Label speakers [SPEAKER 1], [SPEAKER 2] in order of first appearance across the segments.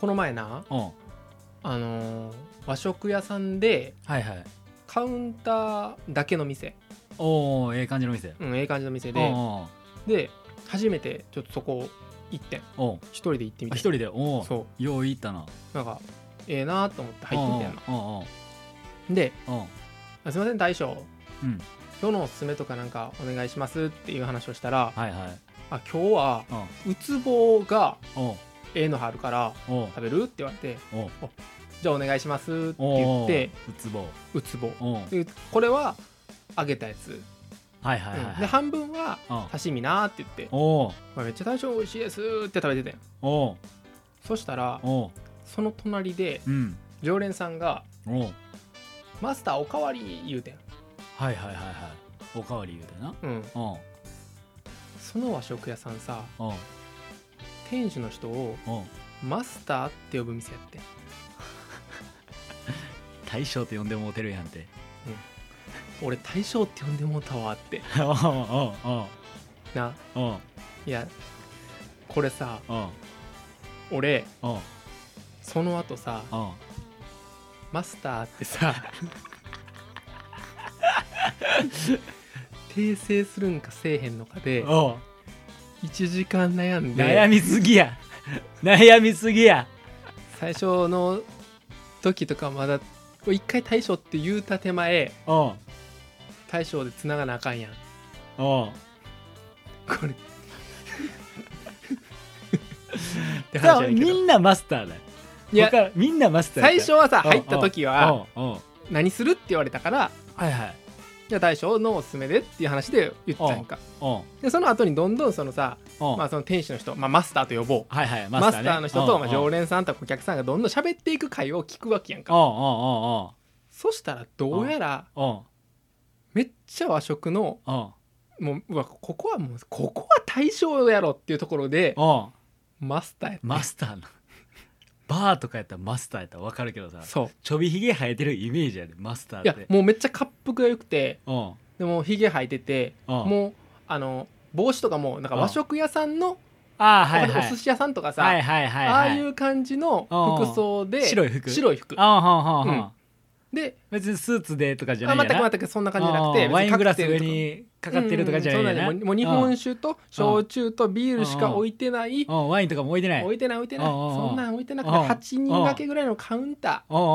[SPEAKER 1] この前な
[SPEAKER 2] うんはい
[SPEAKER 1] あのー和食屋さんで
[SPEAKER 2] はい
[SPEAKER 1] カウンターだけの店、
[SPEAKER 2] おおええ感じの店
[SPEAKER 1] うん、ええ感じの店
[SPEAKER 2] うん
[SPEAKER 1] で
[SPEAKER 2] うん
[SPEAKER 1] で初めてちょっとそこ行ってん
[SPEAKER 2] おう
[SPEAKER 1] 一人で行ってみ
[SPEAKER 2] あ
[SPEAKER 1] て
[SPEAKER 2] 一人でおお
[SPEAKER 1] そ
[SPEAKER 2] よう行ったな
[SPEAKER 1] うなんかええなと思って入ってみたいな
[SPEAKER 2] うんうんうん
[SPEAKER 1] で
[SPEAKER 2] うん
[SPEAKER 1] 「あすいません大将
[SPEAKER 2] うん
[SPEAKER 1] 今日のおすすめとかなんかお願いします」っていう話をしたら
[SPEAKER 2] はいはい
[SPEAKER 1] 「あ今日はうつぼが
[SPEAKER 2] おう
[SPEAKER 1] ええのあるから
[SPEAKER 2] おう
[SPEAKER 1] 食べる?」って言われて
[SPEAKER 2] おう
[SPEAKER 1] 「じゃあお願いします」って言
[SPEAKER 2] おう
[SPEAKER 1] って
[SPEAKER 2] うつぼ
[SPEAKER 1] うつぼ
[SPEAKER 2] おう
[SPEAKER 1] でこれは揚げたやつ、
[SPEAKER 2] はいはいはい
[SPEAKER 1] うん
[SPEAKER 2] はい
[SPEAKER 1] で半分は
[SPEAKER 2] うん
[SPEAKER 1] 刺身なーって言って
[SPEAKER 2] おう
[SPEAKER 1] 「まあめっちゃ大将美味しいです」って食べててん
[SPEAKER 2] おう
[SPEAKER 1] そしたら
[SPEAKER 2] おう
[SPEAKER 1] その隣で
[SPEAKER 2] うん
[SPEAKER 1] 常連さんが
[SPEAKER 2] おう
[SPEAKER 1] 「マスターおかわり」言うてん、
[SPEAKER 2] はいはいはいはいおかわり言うてな
[SPEAKER 1] うん、
[SPEAKER 2] おう
[SPEAKER 1] その和食屋さんさ
[SPEAKER 2] おう
[SPEAKER 1] 店主の人を
[SPEAKER 2] おう
[SPEAKER 1] マスターって呼ぶ店やってん
[SPEAKER 2] 大将って呼んでもうてるやんて
[SPEAKER 1] 俺大将って呼んでもうたわって
[SPEAKER 2] おうおうおう
[SPEAKER 1] な
[SPEAKER 2] おう
[SPEAKER 1] いやこれさ
[SPEAKER 2] おう
[SPEAKER 1] 俺
[SPEAKER 2] おう
[SPEAKER 1] その後さ
[SPEAKER 2] おう
[SPEAKER 1] マスターってさ訂正するんかせえへんのかで
[SPEAKER 2] おう
[SPEAKER 1] 1時間悩んで
[SPEAKER 2] 悩みすぎや 悩みすぎや
[SPEAKER 1] 最初の時とかまだ一回大将って言うた手前
[SPEAKER 2] おう
[SPEAKER 1] 大将で繋がなあかんやん
[SPEAKER 2] おう
[SPEAKER 1] これって
[SPEAKER 2] さ
[SPEAKER 1] 話
[SPEAKER 2] あ
[SPEAKER 1] やねんけど
[SPEAKER 2] みんなマスターだよ
[SPEAKER 1] いや
[SPEAKER 2] わかるみんなマスターや
[SPEAKER 1] 最初はさ
[SPEAKER 2] うん
[SPEAKER 1] 入った時は
[SPEAKER 2] うんうん
[SPEAKER 1] 何するって言われたから
[SPEAKER 2] はいはい
[SPEAKER 1] じゃあ大将のおすすめでっていう話で言ったんか
[SPEAKER 2] うん
[SPEAKER 1] でその後にどんどんそのさ、
[SPEAKER 2] うん
[SPEAKER 1] まあ、その店主の人、まあ、マスターと呼ぼう
[SPEAKER 2] はいはい
[SPEAKER 1] マスターの人と、まあ、常
[SPEAKER 2] 連
[SPEAKER 1] 連さんとかお客さんがどんどん喋っていく会を聞くわけやん
[SPEAKER 2] うん
[SPEAKER 1] か
[SPEAKER 2] うん
[SPEAKER 1] そしたらどうやら
[SPEAKER 2] うんうん
[SPEAKER 1] めっちゃ和食の
[SPEAKER 2] うん
[SPEAKER 1] もううわここはもうここは大将やろっていうところで
[SPEAKER 2] うんうん
[SPEAKER 1] マスターや
[SPEAKER 2] マスターのバーとかやったらマスターやったらわかるけどさ
[SPEAKER 1] そう
[SPEAKER 2] ちょびひげ生えてるイメージやでマスタ
[SPEAKER 1] い
[SPEAKER 2] ーっ
[SPEAKER 1] や
[SPEAKER 2] て
[SPEAKER 1] もうめっちゃ恰幅が良くて
[SPEAKER 2] うんうん
[SPEAKER 1] でもひげ生えててもうあの帽子とかもなんか和食屋さんの
[SPEAKER 2] ああ
[SPEAKER 1] お
[SPEAKER 2] はいはい
[SPEAKER 1] お寿司屋さんとかさ、
[SPEAKER 2] はいはいはい
[SPEAKER 1] ああい
[SPEAKER 2] は
[SPEAKER 1] う感じの服装
[SPEAKER 2] うん
[SPEAKER 1] で
[SPEAKER 2] 白い服
[SPEAKER 1] 白い服
[SPEAKER 2] ああはんはん
[SPEAKER 1] う
[SPEAKER 2] は
[SPEAKER 1] ん
[SPEAKER 2] ん
[SPEAKER 1] で
[SPEAKER 2] 別にスーツでとかじゃな
[SPEAKER 1] あ
[SPEAKER 2] いや
[SPEAKER 1] 全
[SPEAKER 2] な
[SPEAKER 1] く全くそんな感じじゃなくて
[SPEAKER 2] うんワイングラス
[SPEAKER 1] 別
[SPEAKER 2] 上
[SPEAKER 1] に
[SPEAKER 2] にかかってるとかじゃない
[SPEAKER 1] うん
[SPEAKER 2] や
[SPEAKER 1] うんそうな
[SPEAKER 2] な
[SPEAKER 1] んやもうもう日
[SPEAKER 2] う
[SPEAKER 1] 本
[SPEAKER 2] ん
[SPEAKER 1] 酒と焼酎とビールしか置いてない
[SPEAKER 2] うんワインとかも置いてない
[SPEAKER 1] 置いてない置いてない
[SPEAKER 2] うんうんうん
[SPEAKER 1] そんなん置いてなくて
[SPEAKER 2] うん
[SPEAKER 1] 8人掛けぐらいのカウンタ
[SPEAKER 2] おうおうお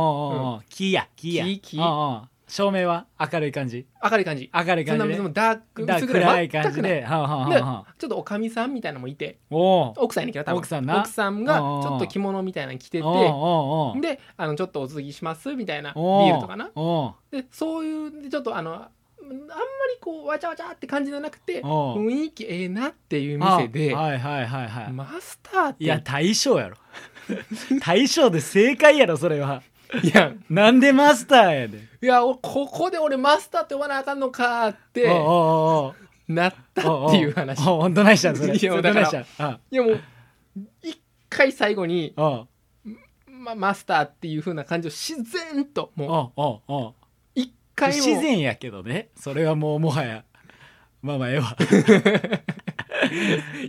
[SPEAKER 2] うおう木や木や
[SPEAKER 1] 木木
[SPEAKER 2] おうおう照明は明るい感じ
[SPEAKER 1] ー明るい感じ
[SPEAKER 2] 明るい
[SPEAKER 1] そん
[SPEAKER 2] 感
[SPEAKER 1] な
[SPEAKER 2] じ
[SPEAKER 1] 別
[SPEAKER 2] で
[SPEAKER 1] にダーク
[SPEAKER 2] だ
[SPEAKER 1] 薄
[SPEAKER 2] 暗い
[SPEAKER 1] 全
[SPEAKER 2] 感
[SPEAKER 1] く
[SPEAKER 2] じ
[SPEAKER 1] ない
[SPEAKER 2] ではあはあは
[SPEAKER 1] で
[SPEAKER 2] あはあ
[SPEAKER 1] ちょっとおかみさんみたいなのもいて
[SPEAKER 2] おお
[SPEAKER 1] 奥さんやねんけど多分
[SPEAKER 2] 奥さんな
[SPEAKER 1] 奥さんがち
[SPEAKER 2] うんうんうん
[SPEAKER 1] ょっと着物みたいなの着てて
[SPEAKER 2] おおうおう
[SPEAKER 1] であのちょっとお継ぎしますみたいなビ
[SPEAKER 2] おう
[SPEAKER 1] ールとかな
[SPEAKER 2] おお
[SPEAKER 1] でそういうでちょっとあのあんまりこうわちゃわちゃって感じじゃなくて
[SPEAKER 2] おう
[SPEAKER 1] 雰囲気ええなっていう店で
[SPEAKER 2] あはいはいはいはい、
[SPEAKER 1] マスターって
[SPEAKER 2] いや大将やろ 大将で正解やろそれはい
[SPEAKER 1] や
[SPEAKER 2] なんでマスターやで
[SPEAKER 1] いやおここで俺マスターって呼ばなあかんのかーっ
[SPEAKER 2] おう
[SPEAKER 1] て
[SPEAKER 2] おうおう
[SPEAKER 1] なった
[SPEAKER 2] おお
[SPEAKER 1] っていう話い
[SPEAKER 2] おうほんとないしたんそれ
[SPEAKER 1] いや
[SPEAKER 2] ほんとないしたん
[SPEAKER 1] やもう一回最後に
[SPEAKER 2] おう
[SPEAKER 1] ま、マスターっていう風な感じを自然ともう
[SPEAKER 2] おうおうおう
[SPEAKER 1] 一
[SPEAKER 2] 不
[SPEAKER 1] 回も
[SPEAKER 2] 自然やけどねそれはもうもはやまあまあええわ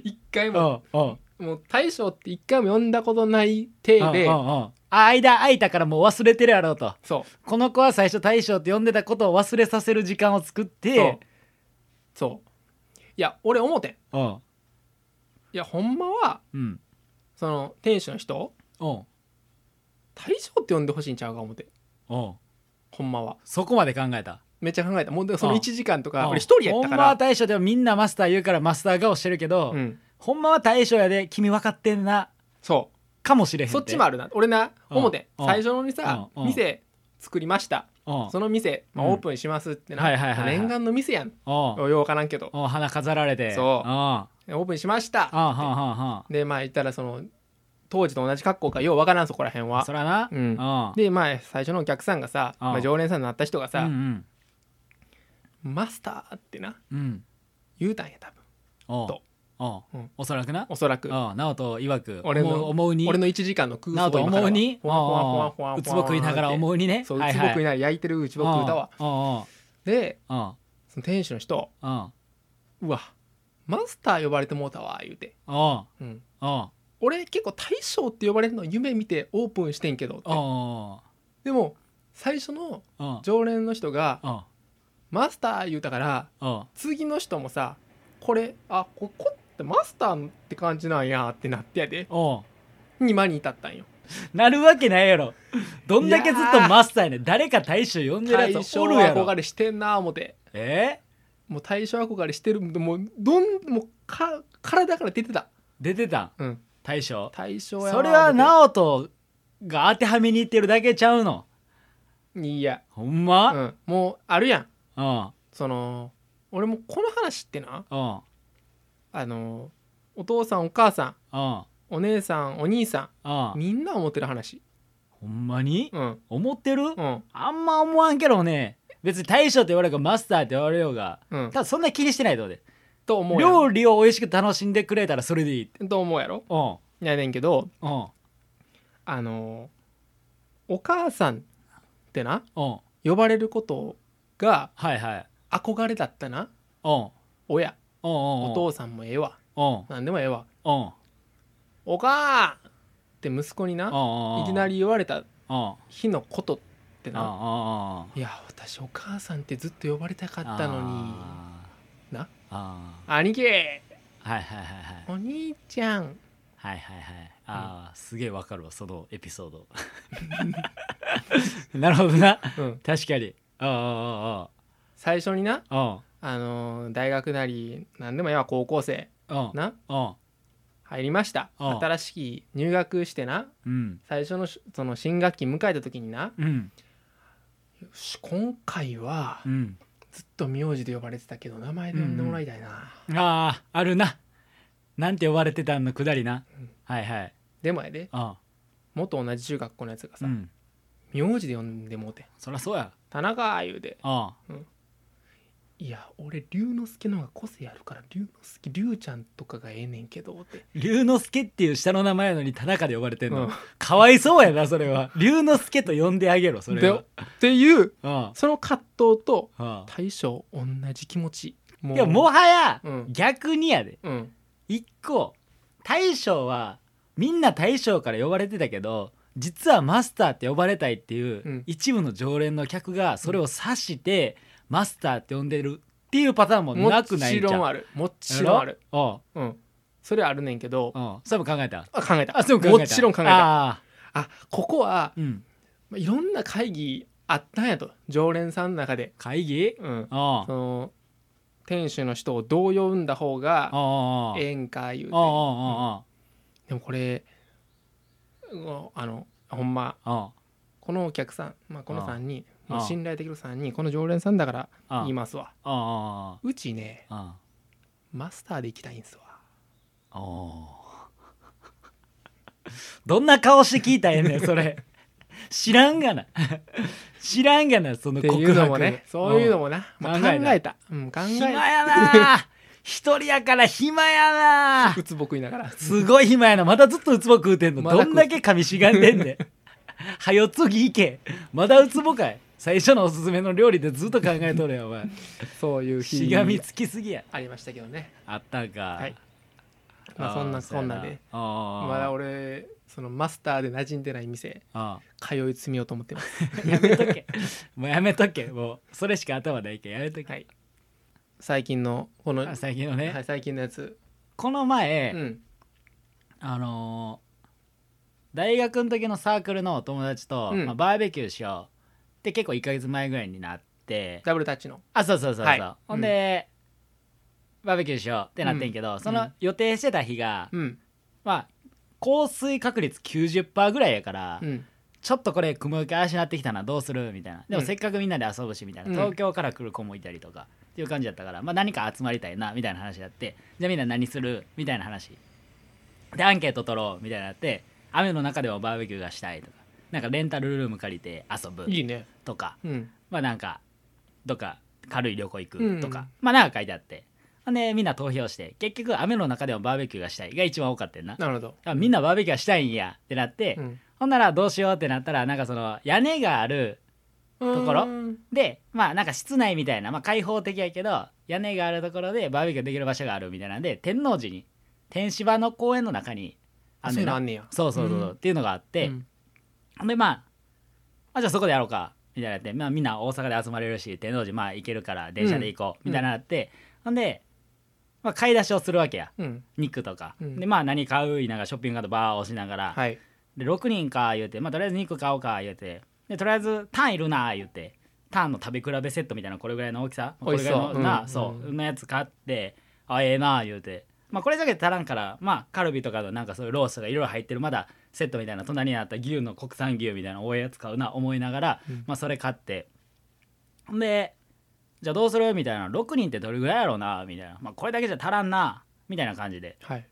[SPEAKER 1] 一回も
[SPEAKER 2] おうおう
[SPEAKER 1] もう大将って一回も呼んだことない体で
[SPEAKER 2] うんうんうんあ間空いたからもう忘れてるやろうと
[SPEAKER 1] そう
[SPEAKER 2] この子は最初大将って呼んでたことを忘れさせる時間を作っ
[SPEAKER 1] そう
[SPEAKER 2] て
[SPEAKER 1] そういや俺思てん
[SPEAKER 2] うん
[SPEAKER 1] いやほんまは
[SPEAKER 2] うん
[SPEAKER 1] その店主の人
[SPEAKER 2] おう
[SPEAKER 1] 大将って呼んでほしいんちゃうか思て
[SPEAKER 2] おう
[SPEAKER 1] ほんまは
[SPEAKER 2] そこまで考えた
[SPEAKER 1] めっちゃ考えたもうでその
[SPEAKER 2] うん
[SPEAKER 1] 1時間とか
[SPEAKER 2] うん
[SPEAKER 1] 俺一人やったか
[SPEAKER 2] ほんまは
[SPEAKER 1] ら
[SPEAKER 2] 大将でもみんなマスター言うからマスター顔してるけど、
[SPEAKER 1] うん
[SPEAKER 2] ほんまは大将やで君分かってんな
[SPEAKER 1] そ
[SPEAKER 2] かもしれへ
[SPEAKER 1] うん
[SPEAKER 2] て
[SPEAKER 1] そっちもあるな俺な
[SPEAKER 2] うん
[SPEAKER 1] 思てん
[SPEAKER 2] うん
[SPEAKER 1] 最初のにさ
[SPEAKER 2] うん
[SPEAKER 1] 店作りました
[SPEAKER 2] うん
[SPEAKER 1] その店、まあ、
[SPEAKER 2] うん
[SPEAKER 1] オープンしますってな、
[SPEAKER 2] はいはいはいはい
[SPEAKER 1] 念願の店やん
[SPEAKER 2] うん
[SPEAKER 1] ようわからんけど
[SPEAKER 2] うん花飾られて
[SPEAKER 1] そうん
[SPEAKER 2] うん
[SPEAKER 1] オープンしました
[SPEAKER 2] うんうん
[SPEAKER 1] でまあ言ったらその当時と同じ格好かようわからんそこら辺
[SPEAKER 2] うん
[SPEAKER 1] は
[SPEAKER 2] そらな
[SPEAKER 1] うん
[SPEAKER 2] うん
[SPEAKER 1] でまあ最初のお客さんがさ、
[SPEAKER 2] うん
[SPEAKER 1] まあ、常連さんになった人が
[SPEAKER 2] う
[SPEAKER 1] さ
[SPEAKER 2] ん
[SPEAKER 1] 「マスター」ってな
[SPEAKER 2] うんうん
[SPEAKER 1] 言うたんや多分
[SPEAKER 2] おう
[SPEAKER 1] と
[SPEAKER 2] おう
[SPEAKER 1] うん
[SPEAKER 2] おそらくな
[SPEAKER 1] おそらく
[SPEAKER 2] うん直人曰く
[SPEAKER 1] 俺の
[SPEAKER 2] 思う思うに
[SPEAKER 1] 俺の1時間の空
[SPEAKER 2] 直
[SPEAKER 1] 想
[SPEAKER 2] 人思うに
[SPEAKER 1] ほわほわほわほわ
[SPEAKER 2] うんうつぼ食いながら思
[SPEAKER 1] う
[SPEAKER 2] うにね
[SPEAKER 1] そうう
[SPEAKER 2] は
[SPEAKER 1] つぼ
[SPEAKER 2] は
[SPEAKER 1] 食いながら焼いてるうちぼ食うたわ
[SPEAKER 2] う
[SPEAKER 1] で
[SPEAKER 2] んうん
[SPEAKER 1] その店主の人
[SPEAKER 2] うんうん
[SPEAKER 1] 「うわマスター呼ばれてもうたわ」言うて、
[SPEAKER 2] うん
[SPEAKER 1] うん、
[SPEAKER 2] うん
[SPEAKER 1] 俺結構大将って呼ばれるのは夢見てオープンしてんけどって
[SPEAKER 2] あ
[SPEAKER 1] でも最初の
[SPEAKER 2] ああ
[SPEAKER 1] 常連の人が
[SPEAKER 2] あ
[SPEAKER 1] 「マスター」言うたから
[SPEAKER 2] あ
[SPEAKER 1] 次の人もさこれあここってマスターって感じなんやってなってやで
[SPEAKER 2] あ
[SPEAKER 1] 今に至ったんよ
[SPEAKER 2] なるわけないやろどんだけずっとマスターやねん誰か大将呼んでるや
[SPEAKER 1] 大
[SPEAKER 2] つ
[SPEAKER 1] 将
[SPEAKER 2] おるやろ
[SPEAKER 1] 憧れしてんな思て
[SPEAKER 2] え
[SPEAKER 1] もう大将憧れしてるもうどんもうか体から出てた、
[SPEAKER 2] 出てたん
[SPEAKER 1] うん、
[SPEAKER 2] 大将
[SPEAKER 1] 大将や
[SPEAKER 2] それは
[SPEAKER 1] な
[SPEAKER 2] 直人が当てはめにいってるだけちゃうの
[SPEAKER 1] 思ていや、
[SPEAKER 2] ほん
[SPEAKER 1] う
[SPEAKER 2] ま
[SPEAKER 1] ん、もうあるやん
[SPEAKER 2] うんうん
[SPEAKER 1] その俺もこの話ってな
[SPEAKER 2] うん
[SPEAKER 1] あのお父さんお母さん
[SPEAKER 2] うん
[SPEAKER 1] お姉さんお兄さんみんな思ってる話
[SPEAKER 2] ほんまに
[SPEAKER 1] うん
[SPEAKER 2] 思ってる
[SPEAKER 1] うん
[SPEAKER 2] あんま思わんけどね別に大将って言われようがマスターって言われようが
[SPEAKER 1] うん
[SPEAKER 2] ただそんな気にしてないと思うで
[SPEAKER 1] と思うや
[SPEAKER 2] 料
[SPEAKER 1] ろ
[SPEAKER 2] 理を美味しく楽しんでくれたらそれでいいって
[SPEAKER 1] と思うやろ
[SPEAKER 2] うん
[SPEAKER 1] やねんけど
[SPEAKER 2] うん
[SPEAKER 1] あのお母さんってな
[SPEAKER 2] うん
[SPEAKER 1] 呼ばれることが
[SPEAKER 2] はいはい
[SPEAKER 1] 憧れだったな
[SPEAKER 2] うんうん
[SPEAKER 1] 親
[SPEAKER 2] うん
[SPEAKER 1] お
[SPEAKER 2] うん
[SPEAKER 1] 父さんもええわ
[SPEAKER 2] うん
[SPEAKER 1] 何でもええわ
[SPEAKER 2] うんうん
[SPEAKER 1] おかーって息子にな
[SPEAKER 2] うんうん
[SPEAKER 1] いきなり言われた
[SPEAKER 2] うんうん
[SPEAKER 1] 日のことって
[SPEAKER 2] うんうん
[SPEAKER 1] な「いや私お母さんってずっと呼ばれたかったのに
[SPEAKER 2] あー
[SPEAKER 1] な
[SPEAKER 2] あ
[SPEAKER 1] 兄貴
[SPEAKER 2] ーはいはいはいはい
[SPEAKER 1] お兄ちゃん
[SPEAKER 2] はいはいはいあーすげえわかるわそのエピソー ドなるほどな」
[SPEAKER 1] うん
[SPEAKER 2] 確かにあ
[SPEAKER 1] 最初にな
[SPEAKER 2] あああ
[SPEAKER 1] あのー大学なり何でもええわ高校生
[SPEAKER 2] うんうん
[SPEAKER 1] な
[SPEAKER 2] うん
[SPEAKER 1] 入りました
[SPEAKER 2] ああ
[SPEAKER 1] 新しい入学してな
[SPEAKER 2] うん
[SPEAKER 1] 最初のしその新学期迎えた時にな
[SPEAKER 2] うん
[SPEAKER 1] よし今回は
[SPEAKER 2] うん
[SPEAKER 1] ずっと名字で呼ばれてたけど名前で呼んでもらいたいな、
[SPEAKER 2] あああるななんて呼ばれてたんのくだりな、
[SPEAKER 1] うん
[SPEAKER 2] はいはい
[SPEAKER 1] でもやで
[SPEAKER 2] あ
[SPEAKER 1] 元同じ中学校のやつが
[SPEAKER 2] あう
[SPEAKER 1] さ、
[SPEAKER 2] ん
[SPEAKER 1] 名字で呼んでもうて
[SPEAKER 2] そりゃそうや
[SPEAKER 1] 「田中」言うて
[SPEAKER 2] あ
[SPEAKER 1] 「いや俺龍之介の方が個性あるから龍之介龍ちゃんとかがええねんけど」って、
[SPEAKER 2] 龍之介っていう下の名前やのに田中で呼ばれてん
[SPEAKER 1] う
[SPEAKER 2] の、
[SPEAKER 1] ん
[SPEAKER 2] かわいそうやなそれは龍之介と呼んであげろそれ
[SPEAKER 1] で
[SPEAKER 2] は
[SPEAKER 1] っていう
[SPEAKER 2] あ
[SPEAKER 1] その葛藤と
[SPEAKER 2] ああ
[SPEAKER 1] 大将同じ気持ちも
[SPEAKER 2] あいやもはや、
[SPEAKER 1] うん
[SPEAKER 2] 逆にやで
[SPEAKER 1] う、うん、
[SPEAKER 2] 一個大将はみんな大将から呼ばれてたけど実はマスターって呼ばれたいっていう、
[SPEAKER 1] うん
[SPEAKER 2] 一部の常連の客がそれを指して、マスターって呼んでるっていうパターンもなくない
[SPEAKER 1] も
[SPEAKER 2] ん
[SPEAKER 1] ち
[SPEAKER 2] ちゃ
[SPEAKER 1] ろん
[SPEAKER 2] う
[SPEAKER 1] あるもちろんある
[SPEAKER 2] あ
[SPEAKER 1] うんそれはあるねんけど
[SPEAKER 2] あそれも考えた
[SPEAKER 1] あ考えた
[SPEAKER 2] あそれも考えた
[SPEAKER 1] もちろん考えたあ
[SPEAKER 2] あ
[SPEAKER 1] ここは
[SPEAKER 2] ー、うん、
[SPEAKER 1] まあいろんな会議あったんやと常連さんの中で、
[SPEAKER 2] 会議
[SPEAKER 1] うん、
[SPEAKER 2] あ
[SPEAKER 1] その店主の人をどう呼んだ方
[SPEAKER 2] ああ
[SPEAKER 1] が
[SPEAKER 2] あああ
[SPEAKER 1] ええんか言うて
[SPEAKER 2] あ
[SPEAKER 1] でもこれうんあのほんま
[SPEAKER 2] ああ
[SPEAKER 1] このお客さん、まあ、この3人
[SPEAKER 2] あ
[SPEAKER 1] もう信頼できる3人この常連さんだから
[SPEAKER 2] あ
[SPEAKER 1] 言いますわ
[SPEAKER 2] あ
[SPEAKER 1] うちね
[SPEAKER 2] あ
[SPEAKER 1] マスターで行きたいんすわ
[SPEAKER 2] あ どんな顔して聞いたらええねんそれ知らんがな知らんがなその
[SPEAKER 1] って
[SPEAKER 2] 告白
[SPEAKER 1] いうのもねそういうの
[SPEAKER 2] も
[SPEAKER 1] もな、まあ、考
[SPEAKER 2] 考えた
[SPEAKER 1] えた、うん、考え
[SPEAKER 2] 暇
[SPEAKER 1] た
[SPEAKER 2] やな一人やから暇やな
[SPEAKER 1] うつぼくいながら
[SPEAKER 2] すごい暇やなまだずっとウツボ食うてんの、
[SPEAKER 1] まだ食
[SPEAKER 2] ど
[SPEAKER 1] うん
[SPEAKER 2] だけ噛みしがんでんねんはよ次行けまだウツボかい最初のおすすめの料理でずっと考えとるやんお前
[SPEAKER 1] そういう日
[SPEAKER 2] しがみつきすぎや
[SPEAKER 1] ありましたけどね
[SPEAKER 2] あったんか、
[SPEAKER 1] はいまあそんなこんなでま
[SPEAKER 2] ま
[SPEAKER 1] だ俺そのマスターで馴染んでない店
[SPEAKER 2] あ
[SPEAKER 1] 通い詰めようと思ってます
[SPEAKER 2] あ やめとけもうやめとけもうそれしか頭ないけやめとけ、
[SPEAKER 1] はい最近のこの、は
[SPEAKER 2] あ
[SPEAKER 1] い、
[SPEAKER 2] 最近のね、
[SPEAKER 1] 最近のやつ
[SPEAKER 2] この前、
[SPEAKER 1] うん
[SPEAKER 2] あのー大学の時のサークルのお友達と、
[SPEAKER 1] うん
[SPEAKER 2] まあ、バーベキューしようって結構1か月前ぐらいになって
[SPEAKER 1] ダブルタッチの
[SPEAKER 2] あそうそうそうそう、
[SPEAKER 1] はい
[SPEAKER 2] ほんで、バーベキューしようってなってんけど、そうの
[SPEAKER 1] ん
[SPEAKER 2] 予定してた日が、
[SPEAKER 1] うん
[SPEAKER 2] まあ降水確率90%ぐらいやから、
[SPEAKER 1] うん
[SPEAKER 2] ちょっとこれ雲行き怪しなってきたなどうするみたいなでも
[SPEAKER 1] うん
[SPEAKER 2] せっかくみんなで遊ぶしみたいな、
[SPEAKER 1] うん
[SPEAKER 2] 東京から来る子もいたりとかっていう感じだったから、まあ、何か集まりたいなみたいな話やってじゃあみんな何するみたいな話でアンケート取ろうみたいなのやって雨の中でもバーベキューがしたいとかなんかレンタルルーム借りて遊ぶ
[SPEAKER 1] いいね
[SPEAKER 2] とか、
[SPEAKER 1] うん
[SPEAKER 2] まあなんかどっか軽い旅行行
[SPEAKER 1] うん
[SPEAKER 2] くとか、まあなんか書いてあってほんでみんな投票して結局雨の中でもバーベキューがしたいが一番多かったんな
[SPEAKER 1] なるほど
[SPEAKER 2] あみんなバーベキューはしたいんやってなって、
[SPEAKER 1] うん
[SPEAKER 2] ほんならどうしようってなったらなんかその屋根があるところ
[SPEAKER 1] うん
[SPEAKER 2] でまあなんか室内みたいな、まあ、開放的やけど屋根があるところでバーベキューできる場所があるみたいなんで天王寺に天芝の公園の中に
[SPEAKER 1] あ
[SPEAKER 2] ん
[SPEAKER 1] そういう
[SPEAKER 2] ねん
[SPEAKER 1] のあ
[SPEAKER 2] なん
[SPEAKER 1] ねや
[SPEAKER 2] そうそうそうそう、
[SPEAKER 1] うん
[SPEAKER 2] っていうのがあって、
[SPEAKER 1] うん
[SPEAKER 2] でまああじゃあそこでやろうかみたいになって、まあ、みんな大阪で集まれるし天王寺まあ行けるから電車で行こう、
[SPEAKER 1] うん
[SPEAKER 2] みたいになってほんで、まあ、買い出しをするわけや
[SPEAKER 1] うん
[SPEAKER 2] 肉とか、
[SPEAKER 1] うん
[SPEAKER 2] でまあ何買う言いながらショッピングカートバーを押しながら、
[SPEAKER 1] はい
[SPEAKER 2] で6人か言うて、まあ、とりあえず肉買おうか言うてでとりあえずタンいるな言うてタンの食べ比べセットみたいなこれぐらいの大きさこ
[SPEAKER 1] 美
[SPEAKER 2] れ
[SPEAKER 1] 味し
[SPEAKER 2] ぐらい
[SPEAKER 1] そう
[SPEAKER 2] のな
[SPEAKER 1] うん
[SPEAKER 2] そう
[SPEAKER 1] う
[SPEAKER 2] のやつ買ってあええな言うて、まあ、これだけで足らんから、まあ、カルビとかのなんかそういうロースとかいろいろ入ってるまだセットみたいな隣にあった牛の国産牛みたいなおええやつ買うな思いながら、
[SPEAKER 1] うん
[SPEAKER 2] まあ、それ買ってほんでじゃあどうするみたいな6人ってどれぐらいやろうなみたいな、まあ、これだけじゃ足らんなみたいな感じで
[SPEAKER 1] はい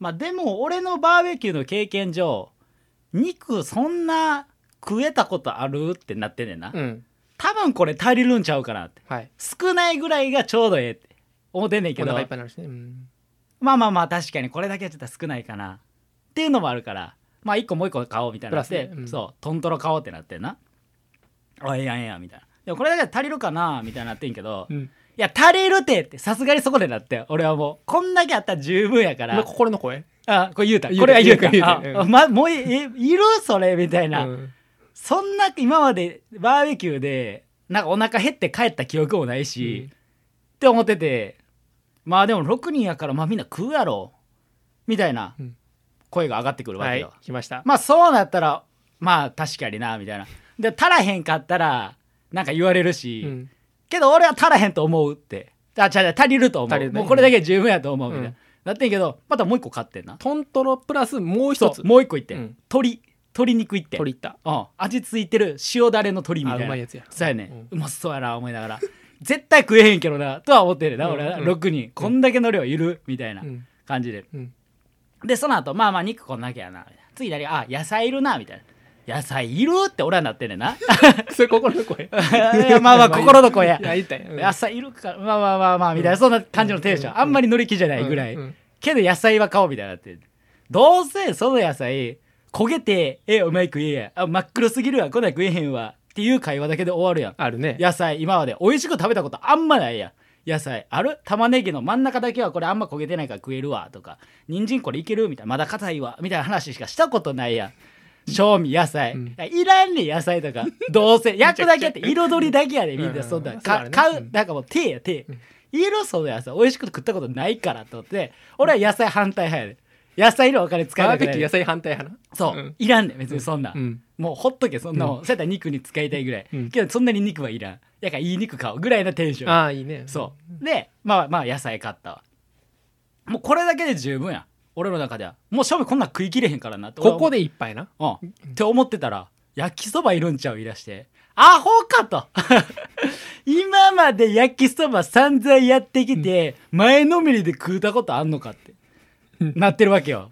[SPEAKER 2] まあでも俺のバーベキューの経験上肉そんな食えたことあるってなってんねんな、
[SPEAKER 1] うん
[SPEAKER 2] 多分これ足りるんちゃうかなって
[SPEAKER 1] はい
[SPEAKER 2] 少ないぐらいがちょうどええって思ってんねん
[SPEAKER 1] お
[SPEAKER 2] けど
[SPEAKER 1] 腹いっぱいになるしねうん
[SPEAKER 2] まあまあまあ確かにこれだけはちょっと少ないかなっていうのもあるからまあ一個もう一個買おうみたいになっ
[SPEAKER 1] プラ
[SPEAKER 2] て、
[SPEAKER 1] スねうん
[SPEAKER 2] そうトントロ買おうってなってんなあええやんええやんみたいなでもこれだけは足りるかなみたいになってんけど、
[SPEAKER 1] う
[SPEAKER 2] い
[SPEAKER 1] ん
[SPEAKER 2] や足りるてってさすがにそこでなって俺はもうこんだけあったら十分やから
[SPEAKER 1] まあ心の声
[SPEAKER 2] あ、これ言うた。
[SPEAKER 1] 言うた
[SPEAKER 2] これは言うた。
[SPEAKER 1] 言うた
[SPEAKER 2] あ
[SPEAKER 1] 言うたうん
[SPEAKER 2] ま、もうい、えいるそれみたいな。
[SPEAKER 1] うん
[SPEAKER 2] そんな、今までバーベキューで、なんかお腹減って帰った記憶もないし、
[SPEAKER 1] うん
[SPEAKER 2] って思ってて、まあでも6人やから、まあみんな食うやろ。みたいな
[SPEAKER 1] うん
[SPEAKER 2] 声が上がってくるわ
[SPEAKER 1] は
[SPEAKER 2] け
[SPEAKER 1] い
[SPEAKER 2] よ。
[SPEAKER 1] 来ました
[SPEAKER 2] まあそうなったら、まあ確かにな、みたいな。で、足らへんかったら、なんか言われるし、
[SPEAKER 1] うん
[SPEAKER 2] けど俺は足らへんと思うって。あ、ちゃうちゃう足りると思
[SPEAKER 1] 足
[SPEAKER 2] う。
[SPEAKER 1] りるね
[SPEAKER 2] もうこれだけで十分やと思う、みたいな。
[SPEAKER 1] うん
[SPEAKER 2] なってんけど、またもう一個買ってんな。
[SPEAKER 1] トントロプラスもう
[SPEAKER 2] そ
[SPEAKER 1] 一つ
[SPEAKER 2] うもう一個言って、
[SPEAKER 1] うん
[SPEAKER 2] 鶏鶏肉言って
[SPEAKER 1] 取りった
[SPEAKER 2] うん、味付いてる塩だれの鶏み
[SPEAKER 1] あ
[SPEAKER 2] た
[SPEAKER 1] う
[SPEAKER 2] いな
[SPEAKER 1] まいやつや
[SPEAKER 2] そうやね、うまそうやな思いながら絶対食えへんけどなとは思ってるな、
[SPEAKER 1] うん
[SPEAKER 2] 俺は
[SPEAKER 1] うん
[SPEAKER 2] 6人、こんだけの量いるみたいな
[SPEAKER 1] うん
[SPEAKER 2] 感じで
[SPEAKER 1] うん
[SPEAKER 2] でその後まあまあ肉こんだけやなみたいな次何あ野菜いるなみたいな野菜いるって俺はなってんね んな
[SPEAKER 1] それ心の声
[SPEAKER 2] いやまあまあ心の声や
[SPEAKER 1] いや言ったやんうん
[SPEAKER 2] 野菜いるかまあまあまあまあみたいな、そんな感じのテンション、
[SPEAKER 1] うん
[SPEAKER 2] あんまり乗り気じゃないぐらい、
[SPEAKER 1] うんうん
[SPEAKER 2] けど野菜は買おうみたいになってどうせその野菜焦げてえうまい食えやあ真っ黒すぎるわこんなん食えへんわっていう会話だけで終わるやん
[SPEAKER 1] あるね
[SPEAKER 2] 野菜今まで美味しく食べたことあんまないやん野菜ある玉ねぎの真ん中だけはこれあんま焦げてないから食えるわとか人参これいけるみたいなまだ硬いわみたいな話しかしたことないやん賞味野菜、
[SPEAKER 1] うん
[SPEAKER 2] いやいらんねん野菜とかどうせ焼くだけやって彩りだけやでみん
[SPEAKER 1] うんう
[SPEAKER 2] なんそんな
[SPEAKER 1] そうだ
[SPEAKER 2] んか
[SPEAKER 1] ね
[SPEAKER 2] 買
[SPEAKER 1] う
[SPEAKER 2] うんなんかもう手や手
[SPEAKER 1] うん
[SPEAKER 2] いるその野菜美味しく食ったことないからと思って俺は野菜反対派やで野菜のお金使い
[SPEAKER 1] バ
[SPEAKER 2] た
[SPEAKER 1] ー
[SPEAKER 2] く
[SPEAKER 1] ベ
[SPEAKER 2] な
[SPEAKER 1] キュー
[SPEAKER 2] い
[SPEAKER 1] 野菜反対派な
[SPEAKER 2] そう、
[SPEAKER 1] うん
[SPEAKER 2] いらんねん別にそんなん、
[SPEAKER 1] うん
[SPEAKER 2] もうほっとけそんなもん、そうやったら肉に使いたいぐらい、
[SPEAKER 1] うん
[SPEAKER 2] けどそんなに肉はいらんやからいい肉買おうぐらいのテンション
[SPEAKER 1] ああいいね
[SPEAKER 2] そうでまあまあ野菜買ったわもうこれだけで十分や俺の中ではもう正味こんなん食い切れへんからなって
[SPEAKER 1] ここ
[SPEAKER 2] で、
[SPEAKER 1] でいっぱいな
[SPEAKER 2] うん、って思ってたら焼きそばいるんちゃう言い出してアホかと 今まで焼きそば散々やってきて前のめりで食うたことあんのかって
[SPEAKER 1] うん
[SPEAKER 2] なってるわけよ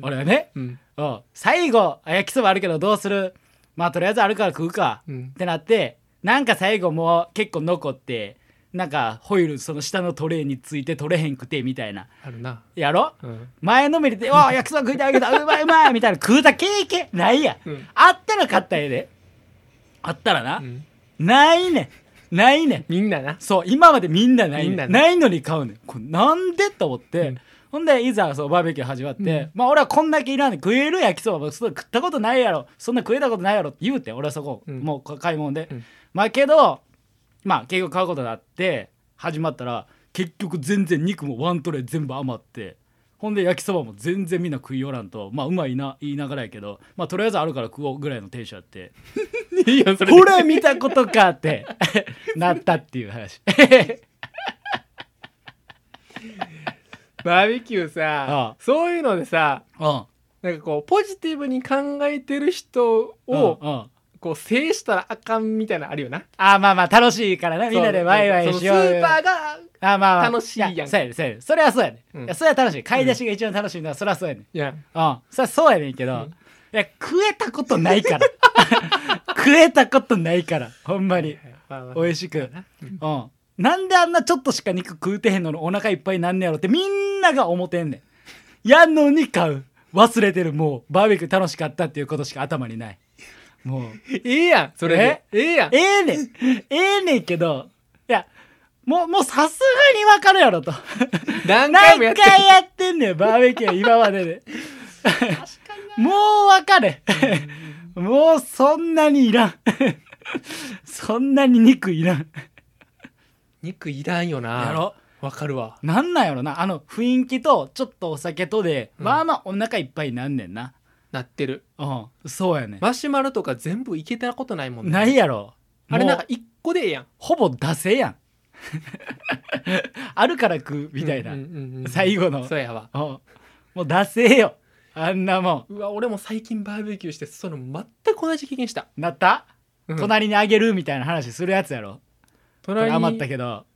[SPEAKER 2] 俺はね
[SPEAKER 1] うん
[SPEAKER 2] うん最後あ焼きそばあるけどどうするまあとりあえずあるから食うか、
[SPEAKER 1] う
[SPEAKER 2] っ
[SPEAKER 1] ん
[SPEAKER 2] てなってなんか最後もう結構残ってなんかホイールその下のトレーについて取れへんくてみたいな
[SPEAKER 1] あるな
[SPEAKER 2] やろ
[SPEAKER 1] うん
[SPEAKER 2] 前のめりで「わあ焼きそば食いたい けどうまいうまい」みたいな食うた経験ないや、
[SPEAKER 1] うん
[SPEAKER 2] あったら買ったんやであったらな、
[SPEAKER 1] うん
[SPEAKER 2] ないねんないねん
[SPEAKER 1] みんなな
[SPEAKER 2] そう今までみんなないね
[SPEAKER 1] みんなね
[SPEAKER 2] ないのに買うねんこれなんでと思って、
[SPEAKER 1] うん
[SPEAKER 2] ほんでいざそうバーベキュー始まって、
[SPEAKER 1] うん
[SPEAKER 2] まあ俺はこんだけいらんねん食える焼きそばもそんな食ったことないやろそんな食えたことないやろって言うてん俺はそこ、
[SPEAKER 1] うん
[SPEAKER 2] もう買い物で、
[SPEAKER 1] うん
[SPEAKER 2] まあけどまあ結局買うことになって始まったら結局全然肉もワントレー全部余ってほんで焼きそばも全然みんな食いよらんとまあうまいな言いながらやけどまあとりあえずあるから食おうぐらいのテンションやって
[SPEAKER 1] いいよそれで
[SPEAKER 2] これ見たことかって なったっていう話
[SPEAKER 1] バーベキューさ
[SPEAKER 2] あ
[SPEAKER 1] そういうのでさ
[SPEAKER 2] うん
[SPEAKER 1] なんかこうポジティブに考えてる人を
[SPEAKER 2] うんうん
[SPEAKER 1] こう制したらあかんみたいなのあるよな
[SPEAKER 2] あまあまあ楽しいからなみんなでワイワイしよう
[SPEAKER 1] そのスーパ
[SPEAKER 2] あ
[SPEAKER 1] ーが
[SPEAKER 2] まあまあ
[SPEAKER 1] 楽しいやん
[SPEAKER 2] そうやねそうやねそれはそうやね、
[SPEAKER 1] うん
[SPEAKER 2] いやそれは楽しい買い出しが一番楽しいのはそれはそうやね、
[SPEAKER 1] いや
[SPEAKER 2] うんそれはそうやねんけど、
[SPEAKER 1] うん
[SPEAKER 2] いや食えたことないから 食えたことないからほんまに美味しくうんなんであんなちょっとしか肉食うてへんのにお腹いっぱいなんねやろってみんなが思ってんねんやんのに買う忘れてるもうバーベキュー楽しかったっていうことしか頭にないもう
[SPEAKER 1] いええやんそれでええやん
[SPEAKER 2] ええねんええねんけどいやもうもうさすがにわかるやろと
[SPEAKER 1] 何回
[SPEAKER 2] 何
[SPEAKER 1] もや
[SPEAKER 2] 回
[SPEAKER 1] ってる
[SPEAKER 2] やってんねんバーベキュー今までで
[SPEAKER 1] 確か
[SPEAKER 2] もうわかる
[SPEAKER 1] にな
[SPEAKER 2] もうそんなにいらんそんなに肉いらん
[SPEAKER 1] 肉いらんよな
[SPEAKER 2] やろ
[SPEAKER 1] わかるわ
[SPEAKER 2] なんなんやろなあの雰囲気とちょっとお酒とで、
[SPEAKER 1] うん
[SPEAKER 2] まあまあお腹いっぱいなんねんな
[SPEAKER 1] なってる
[SPEAKER 2] うんそうやね、
[SPEAKER 1] マシュマロとか全部いけたことないもんね
[SPEAKER 2] ないやろ
[SPEAKER 1] あれなんか
[SPEAKER 2] もう
[SPEAKER 1] 一個でええやん
[SPEAKER 2] ほぼ惰性やん あるから食うみたいな、
[SPEAKER 1] うんうんうんうん
[SPEAKER 2] 最後の
[SPEAKER 1] そうやわ
[SPEAKER 2] うんもう惰性よあんなも
[SPEAKER 1] うわ俺も最近バーベキューしてその全く同じ経験した、
[SPEAKER 2] んなった、
[SPEAKER 1] うん
[SPEAKER 2] 隣にあげるみたいな話するやつやろこれ
[SPEAKER 1] 隣
[SPEAKER 2] 余った
[SPEAKER 1] に
[SPEAKER 2] けど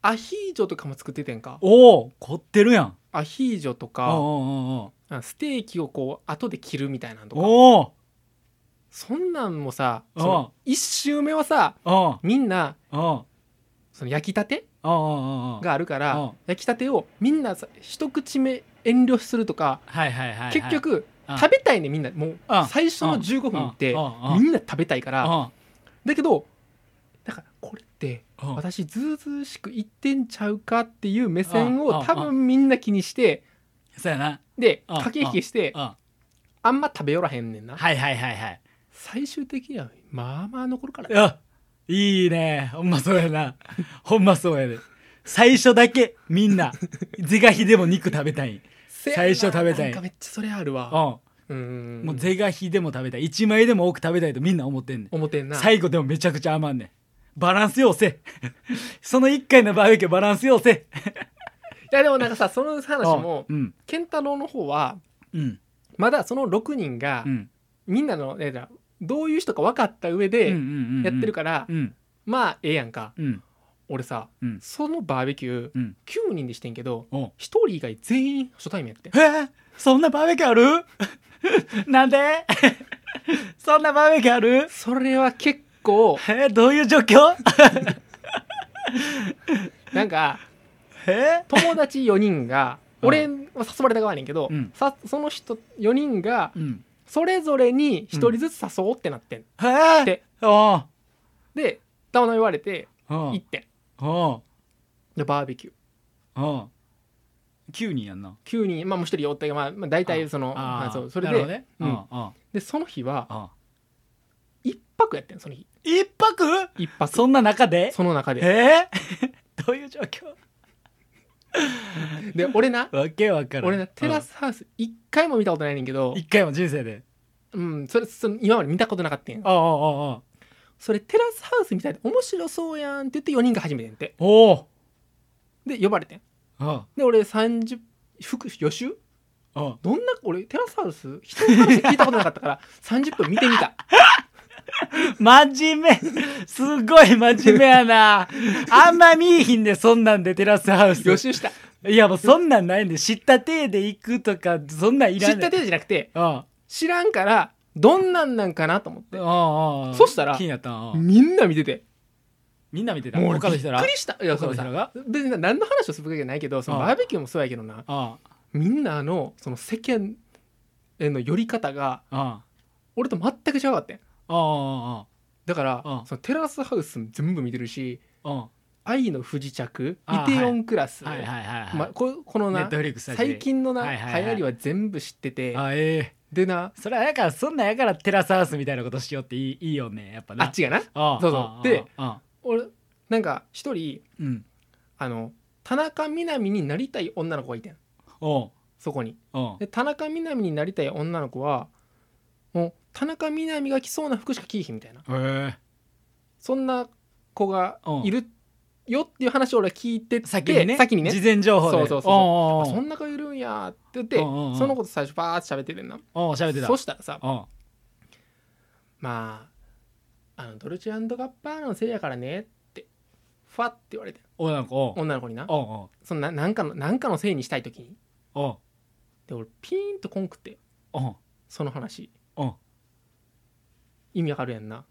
[SPEAKER 1] アヒージョとかも作っててんか
[SPEAKER 2] おお凝ってるやん
[SPEAKER 1] アヒージョと
[SPEAKER 2] お
[SPEAKER 1] か
[SPEAKER 2] お
[SPEAKER 1] あステーキをこう後で切るみたいなの
[SPEAKER 2] お
[SPEAKER 1] と
[SPEAKER 2] お
[SPEAKER 1] か
[SPEAKER 2] おお
[SPEAKER 1] そんなんもさ
[SPEAKER 2] うん
[SPEAKER 1] その1周目はさ
[SPEAKER 2] おう
[SPEAKER 1] みんな
[SPEAKER 2] おう
[SPEAKER 1] その焼きたて
[SPEAKER 2] おうおうおう
[SPEAKER 1] があるか
[SPEAKER 2] う
[SPEAKER 1] ら
[SPEAKER 2] ん
[SPEAKER 1] 焼きたてをみんなさ一口目遠慮するとか
[SPEAKER 2] はいはいはいはい
[SPEAKER 1] 結局
[SPEAKER 2] うん
[SPEAKER 1] 食べたいねみんなもう
[SPEAKER 2] うん
[SPEAKER 1] 最初の15分って
[SPEAKER 2] うんうん
[SPEAKER 1] みんな食べたいから
[SPEAKER 2] うん
[SPEAKER 1] だけどなんかこれって
[SPEAKER 2] うん
[SPEAKER 1] 私ずうずうしく言ってんちゃうかっていう目線
[SPEAKER 2] うん
[SPEAKER 1] を
[SPEAKER 2] うん
[SPEAKER 1] 多分みんな気にして
[SPEAKER 2] そうやな
[SPEAKER 1] で
[SPEAKER 2] うん
[SPEAKER 1] 駆け引きして
[SPEAKER 2] うん
[SPEAKER 1] あんま食べよらへんねんな
[SPEAKER 2] はいはいはいはい
[SPEAKER 1] 最終的にはまあまあ残るからね
[SPEAKER 2] あいいねほんまそうやなほんまそうやで最初だけみ んな是が非でも肉食べたいうん
[SPEAKER 1] せやな
[SPEAKER 2] 最初食べたい
[SPEAKER 1] なんかめっちゃそれあるわ
[SPEAKER 2] も
[SPEAKER 1] うん
[SPEAKER 2] う是が非でも食べたい一枚でも多く食べたいとみんな思ってんね
[SPEAKER 1] 思ってん
[SPEAKER 2] ん
[SPEAKER 1] な
[SPEAKER 2] 最後でもめちゃくちゃ余んねんバランスよせその一回のバーベキューバランスよせ
[SPEAKER 1] いやでもなんかさその話も
[SPEAKER 2] うん
[SPEAKER 1] 健太郎の方は
[SPEAKER 2] うん
[SPEAKER 1] まだその6人が
[SPEAKER 2] うん
[SPEAKER 1] みんなのえだどういう人か分かった上
[SPEAKER 2] うん
[SPEAKER 1] で
[SPEAKER 2] うんうん
[SPEAKER 1] やってるから
[SPEAKER 2] うん
[SPEAKER 1] まあええやんか
[SPEAKER 2] うん
[SPEAKER 1] 俺さ
[SPEAKER 2] うん
[SPEAKER 1] そのバーベキュー
[SPEAKER 2] うん
[SPEAKER 1] 9人でしてんけど
[SPEAKER 2] おう
[SPEAKER 1] 1人以外全員初対面やってん
[SPEAKER 2] えーそんなバーベキューある なんで そんなバーベキューある
[SPEAKER 1] それは結構
[SPEAKER 2] えーどういう状況
[SPEAKER 1] なんか
[SPEAKER 2] え
[SPEAKER 1] 友達4人が
[SPEAKER 2] うん
[SPEAKER 1] 俺は誘われた側やねんけど
[SPEAKER 2] うん
[SPEAKER 1] さその人4人が
[SPEAKER 2] ーうん
[SPEAKER 1] それぞれに1人ずつ誘おうってなってん
[SPEAKER 2] えー
[SPEAKER 1] で
[SPEAKER 2] おう
[SPEAKER 1] でたまたま言われて
[SPEAKER 2] お
[SPEAKER 1] 行っ
[SPEAKER 2] う
[SPEAKER 1] てん
[SPEAKER 2] おう
[SPEAKER 1] でバーベキュー
[SPEAKER 2] おう9人やんな
[SPEAKER 1] 9人まあもう1人おったけどまあまあ大体そのまあ
[SPEAKER 2] あー
[SPEAKER 1] そうそれ
[SPEAKER 2] なる
[SPEAKER 1] で
[SPEAKER 2] ほどね
[SPEAKER 1] う
[SPEAKER 2] うんんうん
[SPEAKER 1] でその日は
[SPEAKER 2] うん
[SPEAKER 1] 一泊やってんその日
[SPEAKER 2] 一泊
[SPEAKER 1] 一泊そ
[SPEAKER 2] そんな中で
[SPEAKER 1] の中で
[SPEAKER 2] えー どういう状況
[SPEAKER 1] で俺な
[SPEAKER 2] わけわからん
[SPEAKER 1] 俺なテラスハウス一回も見たことないねんけ
[SPEAKER 2] う
[SPEAKER 1] ど
[SPEAKER 2] ん、一回も人生で
[SPEAKER 1] うん、それその今まで見たことなかったんや
[SPEAKER 2] おうお
[SPEAKER 1] それテラスハウスみたいで面白そうやんって言って4人が始めてんて
[SPEAKER 2] うおうおう
[SPEAKER 1] で呼ばれてん
[SPEAKER 2] おう
[SPEAKER 1] で俺30服予習
[SPEAKER 2] おう
[SPEAKER 1] どんな俺テラスハウス人の話聞いたことなかったから 30分見てみ た
[SPEAKER 2] 真面目 すごい真面目や なあんま見えひんでそんなんでテラスハウス
[SPEAKER 1] 予習した
[SPEAKER 2] いやもうそんなんないんで知った体で行くとかそんなんい
[SPEAKER 1] 知
[SPEAKER 2] らん
[SPEAKER 1] った
[SPEAKER 2] て
[SPEAKER 1] 程度じゃなくて
[SPEAKER 2] うんうん
[SPEAKER 1] 知らんからどんなんなんかなと思って
[SPEAKER 2] うんうん
[SPEAKER 1] そしたら
[SPEAKER 2] 気になったんうん
[SPEAKER 1] みんな見てて
[SPEAKER 2] みんな見てた
[SPEAKER 1] もう俺
[SPEAKER 2] 他の
[SPEAKER 1] びっ
[SPEAKER 2] 人ら
[SPEAKER 1] くりしたいや
[SPEAKER 2] 他
[SPEAKER 1] そ
[SPEAKER 2] の
[SPEAKER 1] う
[SPEAKER 2] 人
[SPEAKER 1] さ
[SPEAKER 2] らが
[SPEAKER 1] 別に何の話をするわけじゃないけどその
[SPEAKER 2] うん
[SPEAKER 1] バーベキューもそうやけどな
[SPEAKER 2] うん
[SPEAKER 1] みんなあのその世間への寄り方が
[SPEAKER 2] うん
[SPEAKER 1] 俺と全く違うかったんや
[SPEAKER 2] うん
[SPEAKER 1] だから、
[SPEAKER 2] うん
[SPEAKER 1] そのテラスハウス全部見てるし
[SPEAKER 2] うんうん
[SPEAKER 1] 「愛の不時着」「
[SPEAKER 2] あ
[SPEAKER 1] イ
[SPEAKER 2] ー
[SPEAKER 1] テオンクラス」
[SPEAKER 2] はいはいはいはい
[SPEAKER 1] ま、ここの
[SPEAKER 2] ネ
[SPEAKER 1] な
[SPEAKER 2] ットフリックスだし
[SPEAKER 1] 最近のな、
[SPEAKER 2] はいはいはい
[SPEAKER 1] 流行りは全部知ってて
[SPEAKER 2] あええ
[SPEAKER 1] でな
[SPEAKER 2] それはやからそんなんやからテラスハウスみたいなことしようっていいいいよねやっぱ
[SPEAKER 1] あ
[SPEAKER 2] な
[SPEAKER 1] っちがな
[SPEAKER 2] あ
[SPEAKER 1] そうそうで
[SPEAKER 2] あ
[SPEAKER 1] 俺なんか一人
[SPEAKER 2] うん
[SPEAKER 1] あの田中みな実になりたい女の子がいてん
[SPEAKER 2] おう
[SPEAKER 1] そこに
[SPEAKER 2] おう
[SPEAKER 1] で田中みな実になりたい女の子はもう田中みな実が着そうな服しか着いひんみたいな
[SPEAKER 2] へえ
[SPEAKER 1] そんな子がいるよっていう話を俺は聞いてて
[SPEAKER 2] 先にね
[SPEAKER 1] 先にね
[SPEAKER 2] 事前情報で
[SPEAKER 1] そうそうそうそう
[SPEAKER 2] お
[SPEAKER 1] あ
[SPEAKER 2] うおう
[SPEAKER 1] そ
[SPEAKER 2] おうん
[SPEAKER 1] な子いるんやって言って
[SPEAKER 2] うんうんうん
[SPEAKER 1] その子と最初バーって喋っててんな
[SPEAKER 2] おう喋ってた
[SPEAKER 1] そしたらさ
[SPEAKER 2] うん
[SPEAKER 1] まああのドルチェガッパーナのせいやからねってファって言われて
[SPEAKER 2] おなんかおう
[SPEAKER 1] 女の子にな
[SPEAKER 2] おう
[SPEAKER 1] そのななんかのなんかのせいにしたい時に
[SPEAKER 2] おう
[SPEAKER 1] で俺ピーンとこんくって
[SPEAKER 2] おう
[SPEAKER 1] その話
[SPEAKER 2] おう
[SPEAKER 1] 意味わかるやんな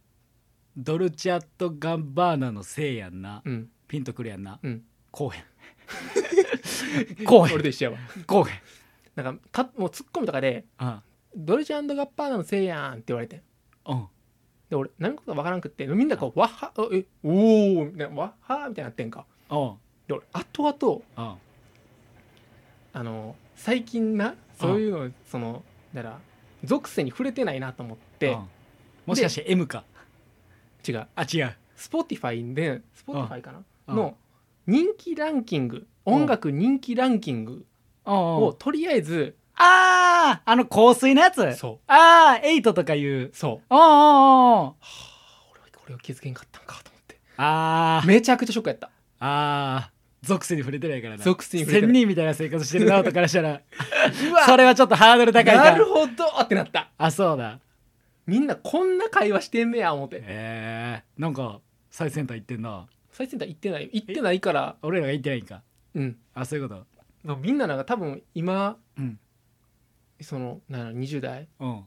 [SPEAKER 2] ドルチアットガンバーナのせいやんな
[SPEAKER 1] うん
[SPEAKER 2] ピンとくるやんな
[SPEAKER 1] うん
[SPEAKER 2] こうへんこうへ
[SPEAKER 1] 俺
[SPEAKER 2] ん
[SPEAKER 1] と一緒やわ
[SPEAKER 2] こうへん
[SPEAKER 1] なんかたもうツッコミとかで
[SPEAKER 2] あ
[SPEAKER 1] 「ドルチェガッパーナのせいやん」って言われて
[SPEAKER 2] うん
[SPEAKER 1] で俺何のことかわからんくってみんなこう「わっはあえおお」みたいな「わっは」みたいになってんか
[SPEAKER 2] おう
[SPEAKER 1] で俺後々
[SPEAKER 2] おう
[SPEAKER 1] あの最近なそういうのをそのだから属性に触れてないなと思って、
[SPEAKER 2] うんもしかして M か
[SPEAKER 1] 違う
[SPEAKER 2] あ違う
[SPEAKER 1] Spotify で Spotify かな、
[SPEAKER 2] うん
[SPEAKER 1] の人気ランキング音楽人気ランキングをとりあえず、
[SPEAKER 2] あーあの香水のやつ
[SPEAKER 1] そ
[SPEAKER 2] ああエイトとかいう
[SPEAKER 1] うそう
[SPEAKER 2] おーおーおー
[SPEAKER 1] 俺はこれを気づけんかったんかと思って
[SPEAKER 2] あー
[SPEAKER 1] めちゃくちゃショックやった
[SPEAKER 2] あー属性に触れてないからな
[SPEAKER 1] 属性に触れてない
[SPEAKER 2] 仙人みたいな生活してるなとからしたら
[SPEAKER 1] うわ
[SPEAKER 2] それはちょっとハードル高いか
[SPEAKER 1] なるほどってなった
[SPEAKER 2] あそうだ
[SPEAKER 1] みんなこんな会話してんねや思って
[SPEAKER 2] えー、なんか最先端行ってんな
[SPEAKER 1] 最先端行ってない行ってないから
[SPEAKER 2] 俺らが行ってないんか
[SPEAKER 1] うん
[SPEAKER 2] あそういうこと
[SPEAKER 1] みんななんか多分今
[SPEAKER 2] うん
[SPEAKER 1] そのなんやろ20代
[SPEAKER 2] うん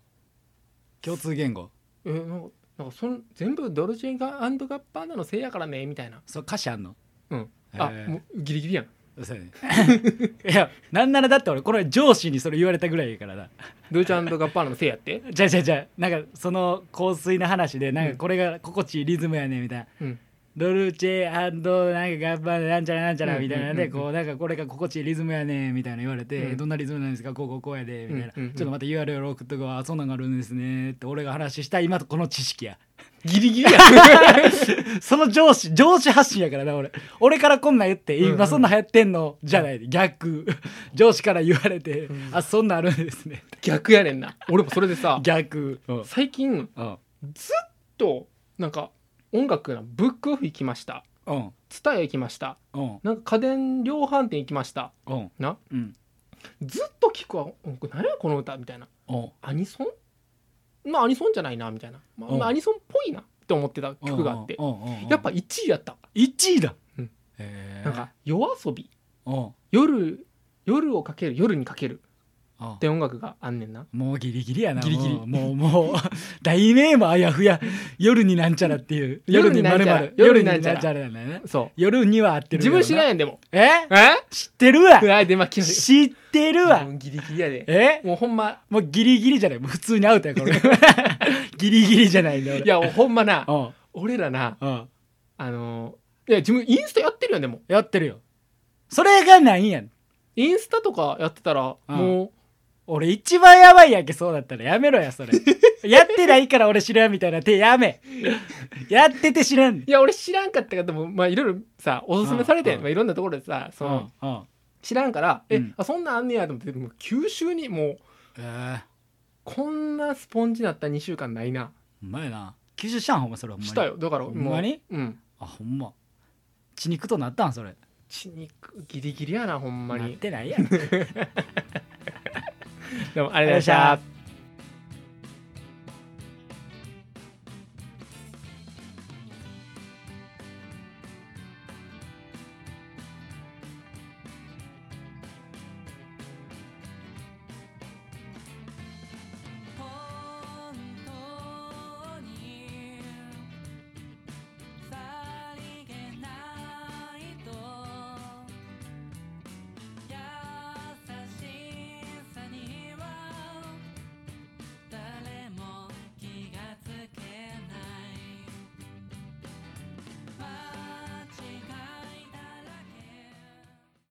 [SPEAKER 2] 共通言語
[SPEAKER 1] えなんかなんかそん全部ドルチェガンガッパーナのせいやからねみたいな
[SPEAKER 2] そう歌詞あんの
[SPEAKER 1] うんあ
[SPEAKER 2] あ
[SPEAKER 1] もうギリギリやん
[SPEAKER 2] そうやね いやなんならだって俺これ上司にそれ言われたぐらいやからな
[SPEAKER 1] ドルチェガッパーナのせいや って
[SPEAKER 2] じゃあじゃあじゃあなんかその香水の話でなん
[SPEAKER 1] う
[SPEAKER 2] か
[SPEAKER 1] ん
[SPEAKER 2] これが心地いいリズムやねみたいな、
[SPEAKER 1] うん
[SPEAKER 2] ドルチェなんかガッパなんちゃらなんちゃらみたい
[SPEAKER 1] う
[SPEAKER 2] な
[SPEAKER 1] んうん
[SPEAKER 2] で
[SPEAKER 1] うんうん
[SPEAKER 2] こうなんかこれが心地いいリズムやねみたいな言われて、
[SPEAKER 1] うん
[SPEAKER 2] どんなリズムなんですかこうこうこうやでみたいな、
[SPEAKER 1] うんうんうん
[SPEAKER 2] ちょっとまた URL 送っとくわあそんなんがあるんですねって俺が話した今とこの知識 や
[SPEAKER 1] ギリギリやん
[SPEAKER 2] その上司上司発信やからな俺俺からこんなん言って
[SPEAKER 1] うんうん
[SPEAKER 2] 今そんなん流行ってんのじゃない逆上司から言われて、
[SPEAKER 1] うん
[SPEAKER 2] あそんなんあるんですね
[SPEAKER 1] 逆やねんな俺もそれでさ
[SPEAKER 2] 逆うん
[SPEAKER 1] 最近
[SPEAKER 2] うん
[SPEAKER 1] ずっとなんか音楽のブックオフ行きました
[SPEAKER 2] うん
[SPEAKER 1] ツタヤ行きました
[SPEAKER 2] うん
[SPEAKER 1] なんか家電量販店行きました
[SPEAKER 2] うん
[SPEAKER 1] な
[SPEAKER 2] うん
[SPEAKER 1] ずっと聞くわうんこれ何やこの歌みたいな
[SPEAKER 2] うん
[SPEAKER 1] アニソンまあアニソンじゃないなみたいな、まあ
[SPEAKER 2] うん
[SPEAKER 1] まあアニソンっぽいなって思ってた曲があって
[SPEAKER 2] うんうんうんうん
[SPEAKER 1] やっぱ1位やった
[SPEAKER 2] 1位だ、
[SPEAKER 1] うん
[SPEAKER 2] へえ
[SPEAKER 1] なんか「夜遊び
[SPEAKER 2] うんうん」
[SPEAKER 1] 「夜」「夜をかける」「夜にかける」って音楽があんねんな
[SPEAKER 2] もうギリギリやな
[SPEAKER 1] ギリギリ
[SPEAKER 2] もうもうもう題名もあやふや夜になんちゃらっていう
[SPEAKER 1] 夜になんちゃら
[SPEAKER 2] 〇〇
[SPEAKER 1] 夜になんちゃら
[SPEAKER 2] 夜になんちゃらだね
[SPEAKER 1] そ
[SPEAKER 2] 夜には合っ
[SPEAKER 1] う
[SPEAKER 2] てる
[SPEAKER 1] 自分知らん
[SPEAKER 2] い
[SPEAKER 1] やんでも
[SPEAKER 2] え
[SPEAKER 1] え
[SPEAKER 2] 知ってる わ
[SPEAKER 1] うわでまあ気づ
[SPEAKER 2] 知ってるわ
[SPEAKER 1] もうギリギリやで
[SPEAKER 2] え
[SPEAKER 1] もうほんま
[SPEAKER 2] もうギリギリじゃないもう普通にアウトや これギリギリじゃないんだ俺
[SPEAKER 1] いやもうほんまな
[SPEAKER 2] うん
[SPEAKER 1] 俺らな
[SPEAKER 2] うん
[SPEAKER 1] あのいや自分インスタやってるやんでも
[SPEAKER 2] やってるよそれがないんやん
[SPEAKER 1] インスタとかやってたら
[SPEAKER 2] うん
[SPEAKER 1] もう
[SPEAKER 2] 俺一番やばいやんけそうだったらやめろ やそれやってないから俺知らんみたいな手やめやってて知らん
[SPEAKER 1] いや俺知らんかったからでもまあいろいろさおすすめされて
[SPEAKER 2] うん
[SPEAKER 1] まあいろんなところでさその
[SPEAKER 2] うんうん
[SPEAKER 1] 知らんから
[SPEAKER 2] う
[SPEAKER 1] え
[SPEAKER 2] ん
[SPEAKER 1] あそんなんあんねやと思ってでも九州にもう
[SPEAKER 2] えー、
[SPEAKER 1] こんなスポンジになった2週間ないな
[SPEAKER 2] うまいな吸収したんほんまそれほんまに
[SPEAKER 1] したよだから
[SPEAKER 2] ほ
[SPEAKER 1] もうん
[SPEAKER 2] まに
[SPEAKER 1] うん
[SPEAKER 2] あほんま血肉となったんそれ
[SPEAKER 1] 血肉ギリギリやなほんま
[SPEAKER 2] なっ
[SPEAKER 1] に
[SPEAKER 2] てないやん
[SPEAKER 1] でもあ
[SPEAKER 2] あ
[SPEAKER 1] りがとうございました